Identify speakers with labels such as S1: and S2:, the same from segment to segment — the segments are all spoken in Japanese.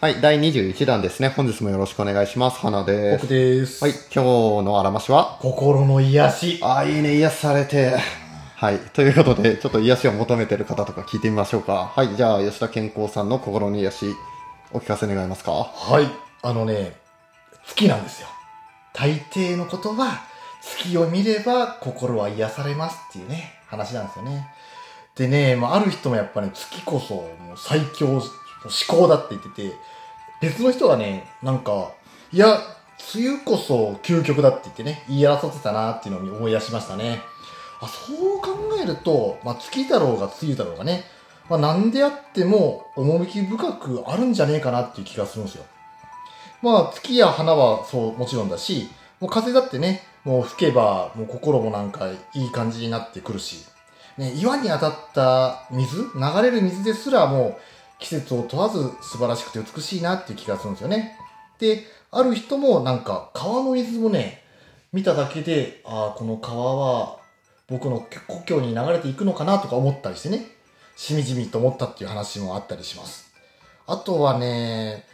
S1: はい、第21弾ですね。本日もよろしくお願いします。花で
S2: 僕
S1: す。
S2: です。
S1: はい、今日のあらましは
S2: 心の癒し。
S1: あー、いいね、癒されて。はい、ということで、ちょっと癒しを求めてる方とか聞いてみましょうか。はい、じゃあ、吉田健康さんの心の癒し、お聞かせ願いますか。
S2: はい。あのね、月なんですよ。大抵のことは、月を見れば心は癒されますっていうね、話なんですよね。でね、まあ、ある人もやっぱり、ね、月こそもう最強、至高だって言ってて、別の人はね、なんか、いや、梅雨こそ究極だって言ってね、言い争ってたなっていうのを思い出しましたね。あそう考えると、まあ、月だろうが梅雨だろうがね、まあ、何であっても趣深くあるんじゃねえかなっていう気がするんですよ。まあ、月や花はそう、もちろんだし、もう風だってね、もう吹けば、もう心もなんかいい感じになってくるし、ね、岩に当たった水、流れる水ですらもう季節を問わず素晴らしくて美しいなっていう気がするんですよね。で、ある人もなんか川の水をね、見ただけで、ああ、この川は僕の故郷に流れていくのかなとか思ったりしてね、しみじみと思ったっていう話もあったりします。あとはね、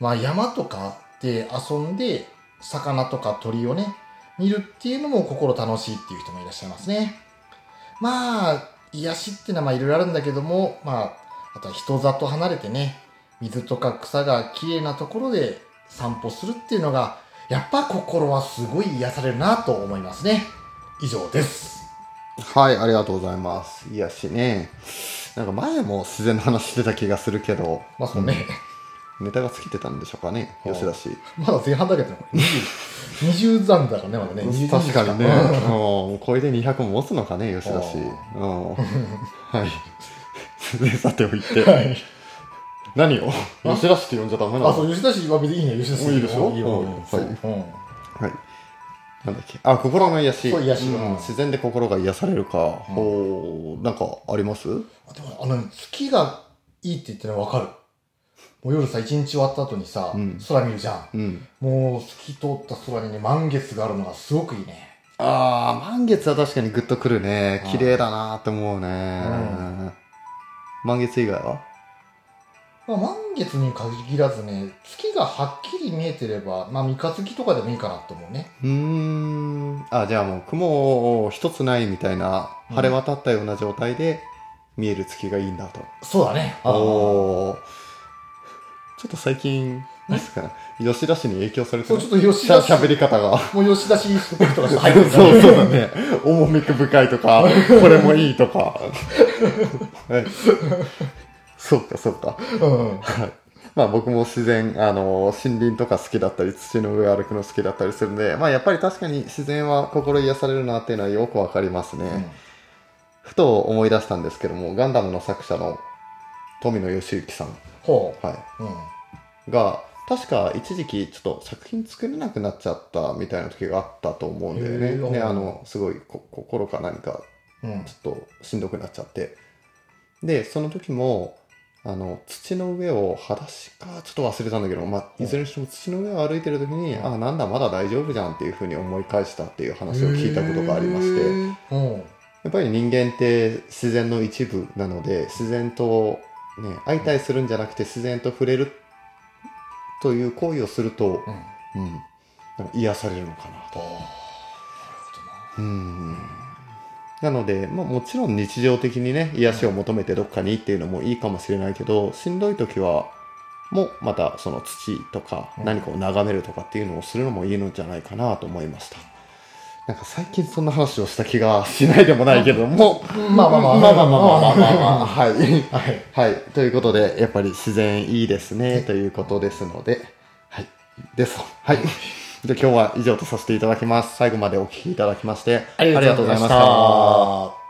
S2: まあ山とかで遊んで、魚とか鳥をね、見るっていうのも心楽しいっていう人もいらっしゃいますね。まあ、癒しっていうのはまあいろいろあるんだけども、まあ、あとは人里離れてね、水とか草が綺麗なところで散歩するっていうのが、やっぱ心はすごい癒されるなと思いますね。以上です。
S1: はい、ありがとうございます。癒しね。なんか前も自然の話してた気がするけど、
S2: まあそうね、
S1: ネタが尽きてたんでしょうかね、
S2: はい
S1: 吉田氏。
S2: まだ前半だけどね、20 20残だからね、まだね。20
S1: 確かにね、
S2: うん
S1: うんもうこれで200も持つのかね、吉田氏。
S2: う
S1: うん はい。で、さておいて、
S2: はい。
S1: 何を
S2: あ
S1: 吉田氏って呼んじゃダメなの
S2: あ、そう、吉田氏は別にいいね、吉田氏。
S1: いいでしょ
S2: いいよ、いいよ。
S1: うん
S2: そう
S1: はい
S2: うん。
S1: はい。なんだっけあ、心の癒し。
S2: そう癒し
S1: ん自然で心が癒されるか。
S2: う
S1: ほ
S2: ん
S1: う、なんかあります
S2: あでも、あのね、月がいいって言ってるのわかる。もう夜さ、一日終わった後にさ
S1: うん、
S2: 空見るじゃ
S1: う
S2: ん。
S1: ん。
S2: もう透き通った空にね、満月があるのがすごくいいね。
S1: ああ、満月は確かにグッとくるね
S2: う。ん
S1: 綺麗だなって思うね。満月以外は
S2: まあ、満月に限らずね、月がはっきり見えてれば、まあ、三日月とかでもいいかなと思うね。
S1: うーん。あ、じゃあもう雲一つないみたいな、
S2: うん
S1: 晴れ渡ったような状態で見える月がいいんだと。
S2: そうだね。あ
S1: おーちょっと最近、何ですかね。吉田氏に影響され
S2: ー
S1: て
S2: そう、
S1: る
S2: ちょっ。と吉
S1: し
S2: 田
S1: ゃ
S2: 氏、
S1: 喋り方が。
S2: もう吉田氏スペクトがちょっと入って
S1: そう
S2: るか
S1: そ
S2: ら
S1: うだね。重みく深いとか、これもいいとか。 はいそうか、そうか。
S2: うん。
S1: まあ僕も自然、あの、森林とか好きだったり、土の上歩くの好きだったりするんで、まあやっぱり確かに自然は心癒されるなっていうのはよくわかりますね。ふと思い出したんですけども、ガンダムの作者の富野義行さん、
S2: ほ
S1: は
S2: う。うん。
S1: い、が、確か一時期ちょっと作品作れなくなっちゃったみたいな時があったと思うんだよ
S2: へ
S1: ね。
S2: ー
S1: ね、あの、すごいこ心か何か
S2: うん
S1: ち。ょっとしんどくなっちゃってでその時もあの土の上を裸足かちょっと忘れたんだけど、まあ、
S2: うん
S1: いずれにしても土の上を歩いてる時に、
S2: うん
S1: あなんだまだ大丈夫じゃんっていうふうに思い返したっていう話を聞いたことがありまして、
S2: て。うん。
S1: やっぱり人間って自然の一部なので自然と、ね、相対するんじゃなくて自然と触れるという行為をすると
S2: う、ん。
S1: うん、なんか癒されるのかな
S2: あーなるほ
S1: と。うんなので、まあ、もちろん日常的にね癒しを求めてどっかにっていうのもいいかもしれないけどしんどい時はもうまたその土とか
S2: うん
S1: 何かを眺めるとかっていうのをするのもいいのじゃないかなと思いましたなんか最近そんな話をした気がしないでもないけども
S2: どな。まあまあま
S1: ま
S2: あ。
S1: あまあまあまあまあまあ
S2: あ。
S1: はい
S2: はい。
S1: はいということでやっぱり自然いいですねということですのではいですはいで今日は以上とさせていただきます最後までお聞きいただきまして
S2: ありがとうございました。